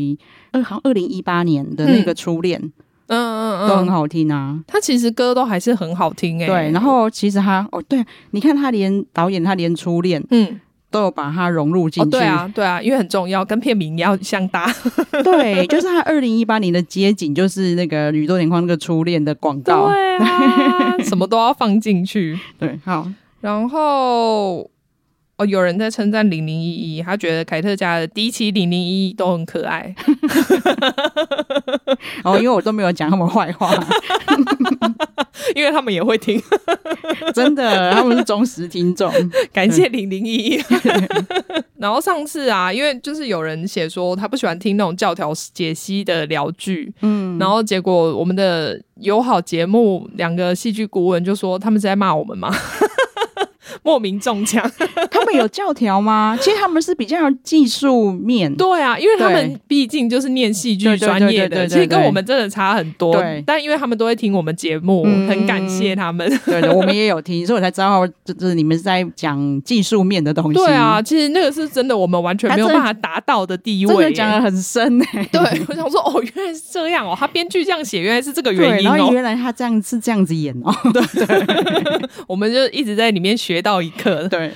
[SPEAKER 2] 二好像二零一八年的那个初恋、
[SPEAKER 3] 嗯
[SPEAKER 2] 都
[SPEAKER 3] 嗯
[SPEAKER 2] 很
[SPEAKER 3] 嗯，
[SPEAKER 2] 好听啊。
[SPEAKER 3] 他其实歌都还是很好听诶、欸
[SPEAKER 2] 对，然后其实他哦，对，你看他连导演他连初恋
[SPEAKER 3] 嗯，
[SPEAKER 2] 都有把它融入进
[SPEAKER 3] 哦，
[SPEAKER 2] 去，
[SPEAKER 3] 对啊，对啊，因为很重要，跟片名要相搭。
[SPEAKER 2] 对，就是他二零一八年的街景，就是那个宇宙田光那个初恋的广告。
[SPEAKER 3] 对啊，什么都要放进去。
[SPEAKER 2] 对，好，
[SPEAKER 3] 然后哦，有人在称赞零零一一，他觉得凯特家的第一期零零一一都很可爱。
[SPEAKER 2] 哦，因为我都没有讲他们坏话，
[SPEAKER 3] 因为他们也会听，
[SPEAKER 2] 真的，他们是忠实听众。
[SPEAKER 3] 感谢零零一一。 然后上次啊，因为就是有人写说他不喜欢听那种教条解析的聊剧，嗯，然后结果我们的友好节目两个戏剧顾问就说他们是在骂我们吗？ 莫名中枪，
[SPEAKER 2] 他们有教条吗？其实他们是比较技术面，
[SPEAKER 3] 对啊，因为他
[SPEAKER 2] 对
[SPEAKER 3] 们毕竟就是念戏剧
[SPEAKER 2] 对对
[SPEAKER 3] 专业
[SPEAKER 2] 对对
[SPEAKER 3] 的，
[SPEAKER 2] 对对
[SPEAKER 3] 其实跟
[SPEAKER 2] 对
[SPEAKER 3] 我们真的差很多
[SPEAKER 2] 对。
[SPEAKER 3] 但因为他们都会听我们节目，
[SPEAKER 2] 嗯
[SPEAKER 3] 很感谢他们。
[SPEAKER 2] 对的，我们也有听，所以我才知道，就就是你们是在讲技术面的东西。
[SPEAKER 3] 对啊，，其实那个是真的，我们完全没有
[SPEAKER 2] 他真
[SPEAKER 3] 办
[SPEAKER 2] 的
[SPEAKER 3] 法达到的地
[SPEAKER 2] 真
[SPEAKER 3] 位耶。
[SPEAKER 2] 的讲的很深呢、欸。
[SPEAKER 3] 对，我想说，哦，原来是这样哦，他编剧这样写，原来是这个原
[SPEAKER 2] 对，
[SPEAKER 3] 因
[SPEAKER 2] 然后
[SPEAKER 3] 哦。
[SPEAKER 2] 原来他这样是这样子演哦。
[SPEAKER 3] 我们就一直在里面学到一课。
[SPEAKER 2] 对，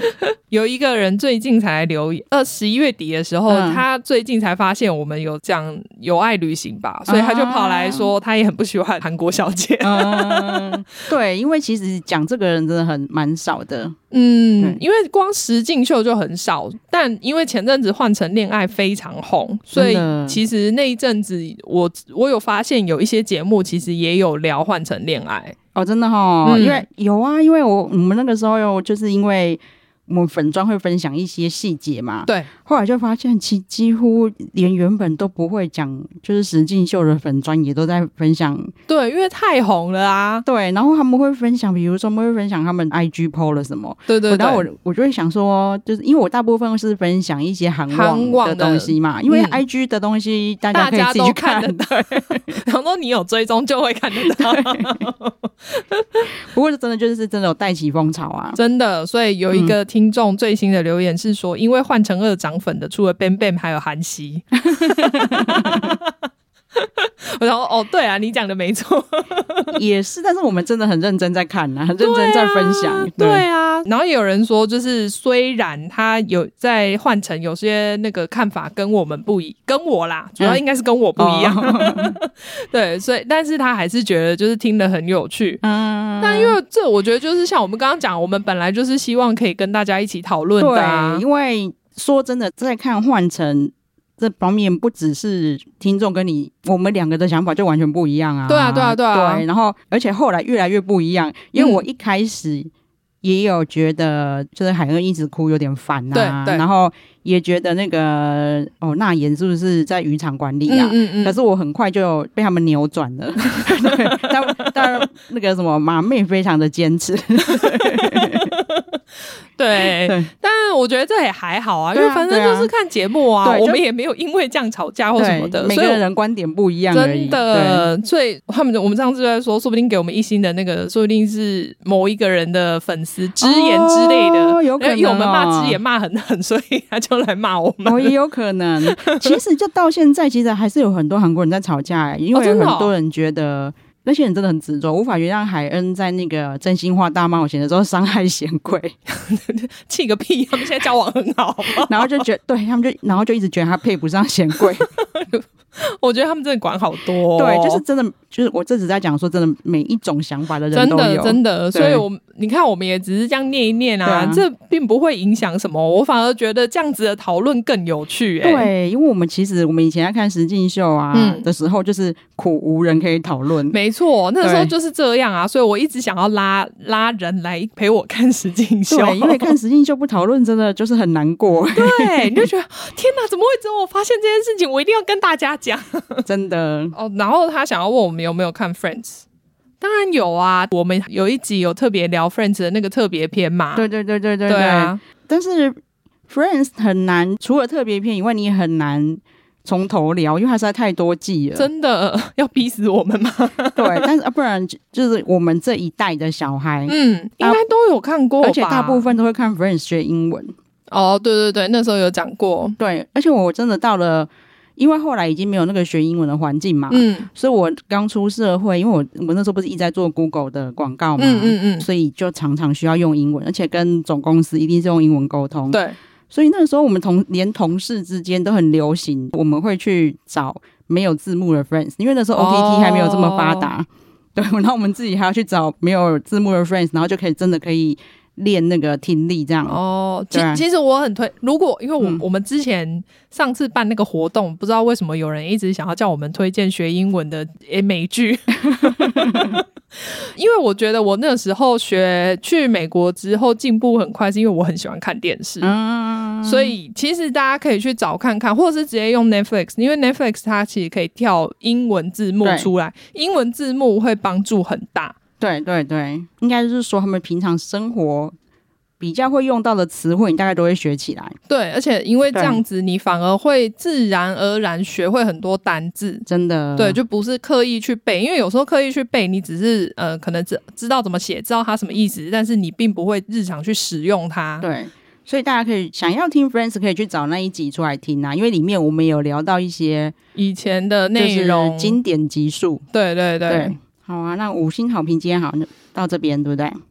[SPEAKER 3] 有一个人最近才来留言，呃，十一月底的时候，
[SPEAKER 2] 嗯
[SPEAKER 3] 他最近才发现我们有讲有爱旅行吧，所以他
[SPEAKER 2] 啊
[SPEAKER 3] 就跑来说他也很不喜欢韩国小姐。
[SPEAKER 2] 嗯，对，因为其实讲这个人真的很蛮少的。
[SPEAKER 3] 嗯
[SPEAKER 2] 对，
[SPEAKER 3] 因为光实境秀就很少，但因为前阵子换成恋爱非常红，所以
[SPEAKER 2] 真的
[SPEAKER 3] 其实那一阵子我我有发现有一些节目其实也有聊换成恋爱。
[SPEAKER 2] 哦，真的哈、
[SPEAKER 3] 嗯
[SPEAKER 2] 因为有啊，因为我我们那个时候有，就是因为我们粉妆会分享一些细节嘛，
[SPEAKER 3] 对，
[SPEAKER 2] 后来就发现其几乎连原本都不会讲，就是石进秀的粉妆也都在分享，
[SPEAKER 3] 对，因为太红了啊！
[SPEAKER 2] 对，然后他们会分享，比如说他们会分享他们 IG PO 了什么，
[SPEAKER 3] 对对对，
[SPEAKER 2] 然后我我就会想说，就是因为我大部分是分享一些韩
[SPEAKER 3] 韩网
[SPEAKER 2] 的
[SPEAKER 3] 的
[SPEAKER 2] 东西嘛，因为
[SPEAKER 3] 嗯
[SPEAKER 2] IG 的东西大家
[SPEAKER 3] 大
[SPEAKER 2] 可以
[SPEAKER 3] 家
[SPEAKER 2] 自己去
[SPEAKER 3] 都看得到，然后你有追踪就会看得到，
[SPEAKER 2] 不过真的就是真的有带起风潮啊，
[SPEAKER 3] 真的。所以有一个听众最新的留言是说，因为换成二涨粉的，除了 Bam Bam 还有韩熙。 我想说，哦，对啊，你讲的没错，
[SPEAKER 2] 也是，但是我们真的很认真在看啊，很认真在分享，
[SPEAKER 3] 对啊。然后也有人说，就是虽然他有在换成有些那个看法跟我们不一，跟我啦，
[SPEAKER 2] 嗯
[SPEAKER 3] 主要应该是跟我不一
[SPEAKER 2] 哦
[SPEAKER 3] 样， 对，所以但是他还是觉得就是听得很有趣，
[SPEAKER 2] 嗯，
[SPEAKER 3] 但因为这，我觉得就是像我们刚刚讲，我们本来就是希望可以跟大家一起讨论的、啊
[SPEAKER 2] 对，。因为说真的，在看换成这方面，不只是听众跟你我们两个的想法就完全不一样啊。
[SPEAKER 3] 对啊对啊对啊
[SPEAKER 2] 对，然后而且后来越来越不一样，因为我一开始。也有觉得就是海恩一直哭有点烦啊，
[SPEAKER 3] 对对
[SPEAKER 2] 然后也觉得那个哦那言是不是在渔场管理啊？
[SPEAKER 3] 嗯嗯
[SPEAKER 2] 可是我很快就被他们扭转 了，对，但但那个什么马妹非常的坚持，
[SPEAKER 3] 对
[SPEAKER 2] 对，
[SPEAKER 3] 但我觉得这也还好啊，因
[SPEAKER 2] 对啊
[SPEAKER 3] 为反正就是看节目啊，
[SPEAKER 2] 对啊对
[SPEAKER 3] 我
[SPEAKER 2] 就
[SPEAKER 3] 们也没有因为这样吵架或哦什么
[SPEAKER 2] 对，
[SPEAKER 3] 的，
[SPEAKER 2] 每
[SPEAKER 3] 所
[SPEAKER 2] 个
[SPEAKER 3] 以我
[SPEAKER 2] 人观点不一样而已，
[SPEAKER 3] 真的，所以他们我们上次就在说，说不定给我们一星的那个，说不定是某一个人的粉丝直言之类的，
[SPEAKER 2] 哦有可能哦
[SPEAKER 3] 因为我们骂直言骂很狠，所以他就来骂我
[SPEAKER 2] 对。
[SPEAKER 3] 们。
[SPEAKER 2] 哦，也有可能。 其实就到现在，其实还是有很多韩国人在吵架、欸因为
[SPEAKER 3] 真的哦
[SPEAKER 2] 很多人觉得那些人真的很执着，无法原谅海恩在那个真心话大冒险的时候伤害贤贵，
[SPEAKER 3] 气个屁！他们现在交往很好，
[SPEAKER 2] 然后就觉对他们就然后就一直觉得他配不上贤贵，
[SPEAKER 3] 我觉得他们真的管好 多哦、
[SPEAKER 2] 对，就是真的，就是我这只在讲说，真的每一种想法的人
[SPEAKER 3] 真
[SPEAKER 2] 都
[SPEAKER 3] 的
[SPEAKER 2] 有，
[SPEAKER 3] 真的，
[SPEAKER 2] 对
[SPEAKER 3] 所以我们你看，我们也只是这样念一念
[SPEAKER 2] 对
[SPEAKER 3] 啊，
[SPEAKER 2] 啊
[SPEAKER 3] 这并不会影响什么。我反而觉得这样子的讨论更有趣、欸，
[SPEAKER 2] 对，因为我们其实我们以前在看实境秀啊、
[SPEAKER 3] 嗯
[SPEAKER 2] 的时候，就是苦无人可以讨论，
[SPEAKER 3] 没错，那时候
[SPEAKER 2] 对
[SPEAKER 3] 就是这样啊，所以我一直想要拉拉人来陪我看实境秀，
[SPEAKER 2] 对，因为看实境秀不讨论，真的就是很难过，
[SPEAKER 3] 对， 你就觉得天哪，怎么会只有我发现这件事情？我一定要跟大家讲
[SPEAKER 2] 真的。
[SPEAKER 3] 哦。然后他想要问我们有没有看 Friends，当然有啊，我们有一集有特别聊 Friends 的那个特别篇嘛，
[SPEAKER 2] 对对对对对
[SPEAKER 3] 对啊，
[SPEAKER 2] 但是 Friends 很难，除了特别篇以外，你也很难从头聊，因为它实在太多季了。
[SPEAKER 3] 真的 要逼死我们吗？
[SPEAKER 2] 对，但是啊，不然就就是我们这一代的小孩。
[SPEAKER 3] 嗯，应该都有看过吧，
[SPEAKER 2] 而且大部分都会看 Friends 学英文，
[SPEAKER 3] 哦，对对对，那时候有讲过，
[SPEAKER 2] 对，而且我真的到了，因为后来已经没有那个学英文的环境嘛，
[SPEAKER 3] 嗯
[SPEAKER 2] 所以我刚出社会，因为我我那时候不是一直在做 Google 的广告嘛，
[SPEAKER 3] 嗯嗯
[SPEAKER 2] 所以就常常需要用英文，而且跟总公司一定是用英文沟通。
[SPEAKER 3] 嗯，，对，
[SPEAKER 2] 所以那个时候我们同连同事之间都很流行，我们会去找没有字幕的 Friends，因为那时候
[SPEAKER 3] 哦
[SPEAKER 2] OTT 还没有这么发达。 对，然后我们自己还要去找没有字幕的 Friends，然后就可以真的可以练那个听力这样。
[SPEAKER 3] 哦，其
[SPEAKER 2] 对啊
[SPEAKER 3] 其实我很推，如果因为我、
[SPEAKER 2] 嗯
[SPEAKER 3] 我们之前上次办那个活动，不知道为什么有人一直想要叫我们推荐学英文的诶 美剧，因为我觉得我那时候学去美国之后进步很快，是因为我很喜欢看电视。
[SPEAKER 2] 嗯，
[SPEAKER 3] 所以其实大家可以去找看看，或者是直接用 Netflix，因为 Netflix 它其实可以跳英文字幕
[SPEAKER 2] 对
[SPEAKER 3] 出来，英文字幕会帮助很大。
[SPEAKER 2] 对对对，应该就是说他们平常生活比较会用到的词汇，你大概都会学起来，
[SPEAKER 3] 对，而且因为这
[SPEAKER 2] 对
[SPEAKER 3] 样子，你反而会自然而然学会很多单字。
[SPEAKER 2] 真的。
[SPEAKER 3] 对，就不是刻意去背，因为有时候刻意去背，你只是呃，可能知知道怎么写，知道它什么意思，但是你并不会日常去使用它。
[SPEAKER 2] 对，所以大家可以想要听 Friends，可以去找那一集出来听啊，因为里面我们有聊到一些
[SPEAKER 3] 以前的
[SPEAKER 2] 就
[SPEAKER 3] 内
[SPEAKER 2] 是
[SPEAKER 3] 容，
[SPEAKER 2] 经典集数。
[SPEAKER 3] 对对对对
[SPEAKER 2] 对，好啊，那五星好评今天好像到这边，对不对？嗯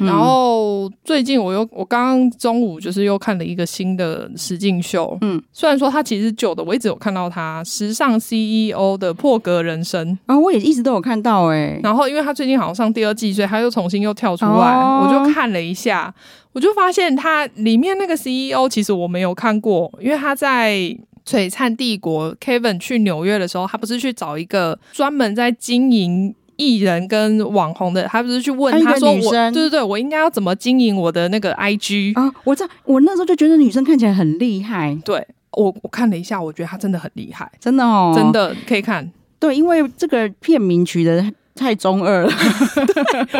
[SPEAKER 3] 然后最近我又，我刚刚中午就是又看了一个新的实境秀，
[SPEAKER 2] 嗯，
[SPEAKER 3] 虽然说它其实是旧的，我一直有看到它《时尚 CEO 的破格人生》，
[SPEAKER 2] 啊、我也一直都有看到哎、
[SPEAKER 3] 然后因为他最近好像上第二季，所以他又重新又跳出来，
[SPEAKER 2] 哦
[SPEAKER 3] 我就看了一下，我就发现他里面那个 CEO 其实我没有看过，因为他在。璀璨帝国 Kevin 去纽约的时候，他不是去找一个专门在经营艺人跟网红的，他不是去问
[SPEAKER 2] 他啊
[SPEAKER 3] 他
[SPEAKER 2] 一个
[SPEAKER 3] 说
[SPEAKER 2] 女
[SPEAKER 3] 我，对
[SPEAKER 2] 生
[SPEAKER 3] 对对，我应该要怎么经营我的那个 IG？、
[SPEAKER 2] 啊，我知道，我那时候就觉得女生看起来很厉害，
[SPEAKER 3] 对我我看了一下，我觉得他真的很厉害，
[SPEAKER 2] 真的哦，
[SPEAKER 3] 真的可以看。
[SPEAKER 2] 对，因为这个片名取的太中二了，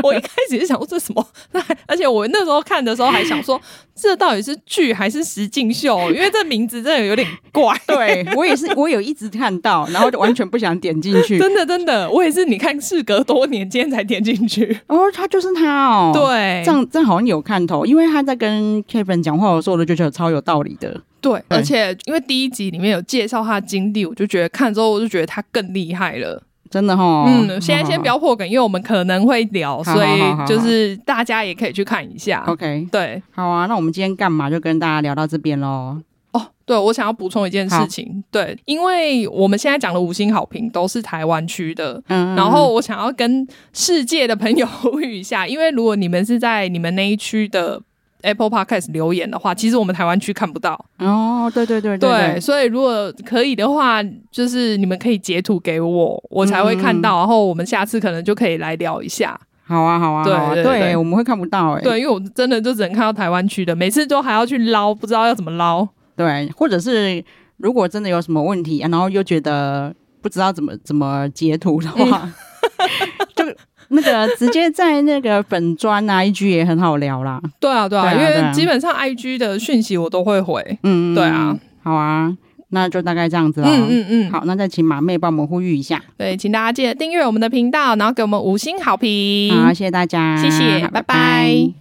[SPEAKER 3] 我一开始是想说这什么，那还而且我那时候看的时候还想说，这到底是剧还是实境秀？因为这名字真的有点怪。
[SPEAKER 2] 对 我也是，我有一直看到，然后就完全不想点进 去。
[SPEAKER 3] 真的真的，我也是，你看，事隔多年，今天才点进去。
[SPEAKER 2] 哦，他就是他哦，。
[SPEAKER 3] 对，
[SPEAKER 2] 这样这样好像有看头，因为他在跟 Kevin 讲话的时候，我就觉得超有道理的。
[SPEAKER 3] 对，
[SPEAKER 2] 对
[SPEAKER 3] 而且因为第一集里面有介绍他的经历，我就觉得看之后我就觉得他更厉害了。
[SPEAKER 2] 真的哈，
[SPEAKER 3] 嗯，现在先不
[SPEAKER 2] 哦好
[SPEAKER 3] 要破梗，因为我们可能会聊，
[SPEAKER 2] 好
[SPEAKER 3] 所
[SPEAKER 2] 好好
[SPEAKER 3] 以就是大家也可以去看一下
[SPEAKER 2] 好。OK，嗯
[SPEAKER 3] 对，
[SPEAKER 2] 好啊，那我们今天干嘛就跟大家聊到这边喽。
[SPEAKER 3] 哦，对，我想要补充一件事情，对，因为我们现在讲的五星好评都是台湾区的。
[SPEAKER 2] 嗯，
[SPEAKER 3] 然后我想要跟世界的朋友 呼吁一下，因为如果你们是在你们那一区的 Apple Podcast 留言的话，其实我们台湾区看不到。
[SPEAKER 2] 哦，对对对
[SPEAKER 3] 对，
[SPEAKER 2] 对，
[SPEAKER 3] 所以如果可以的话，就是你们可以截图给我，我才会看到。然后我们下次可能就可以来聊一下。
[SPEAKER 2] 好啊，好啊，
[SPEAKER 3] 对
[SPEAKER 2] 好啊，
[SPEAKER 3] 对对对
[SPEAKER 2] 我们会看不到哎、
[SPEAKER 3] 对，因为我真的就只能看到台湾区的，每次都还要去捞，不知道要怎么捞。
[SPEAKER 2] 对，或者是如果真的有什么问题，啊然后又觉得不知道怎么怎么截图的话，
[SPEAKER 3] 嗯
[SPEAKER 2] 就那个直接在那个粉砖啊，IG 也很好聊啦。
[SPEAKER 3] 对啊，对啊，
[SPEAKER 2] 对啊
[SPEAKER 3] 因
[SPEAKER 2] 对
[SPEAKER 3] 为
[SPEAKER 2] 啊
[SPEAKER 3] 基本上 I G 的讯息我都会回。
[SPEAKER 2] 嗯，
[SPEAKER 3] 对啊，
[SPEAKER 2] 好啊，那就大概这样子喽。
[SPEAKER 3] 嗯嗯嗯，
[SPEAKER 2] 好，那再请马妹帮我们呼吁一下。
[SPEAKER 3] 对，请大家记得订阅我们的频道，然后给我们五星好评。
[SPEAKER 2] 好，谢谢大家，
[SPEAKER 3] 谢谢拜拜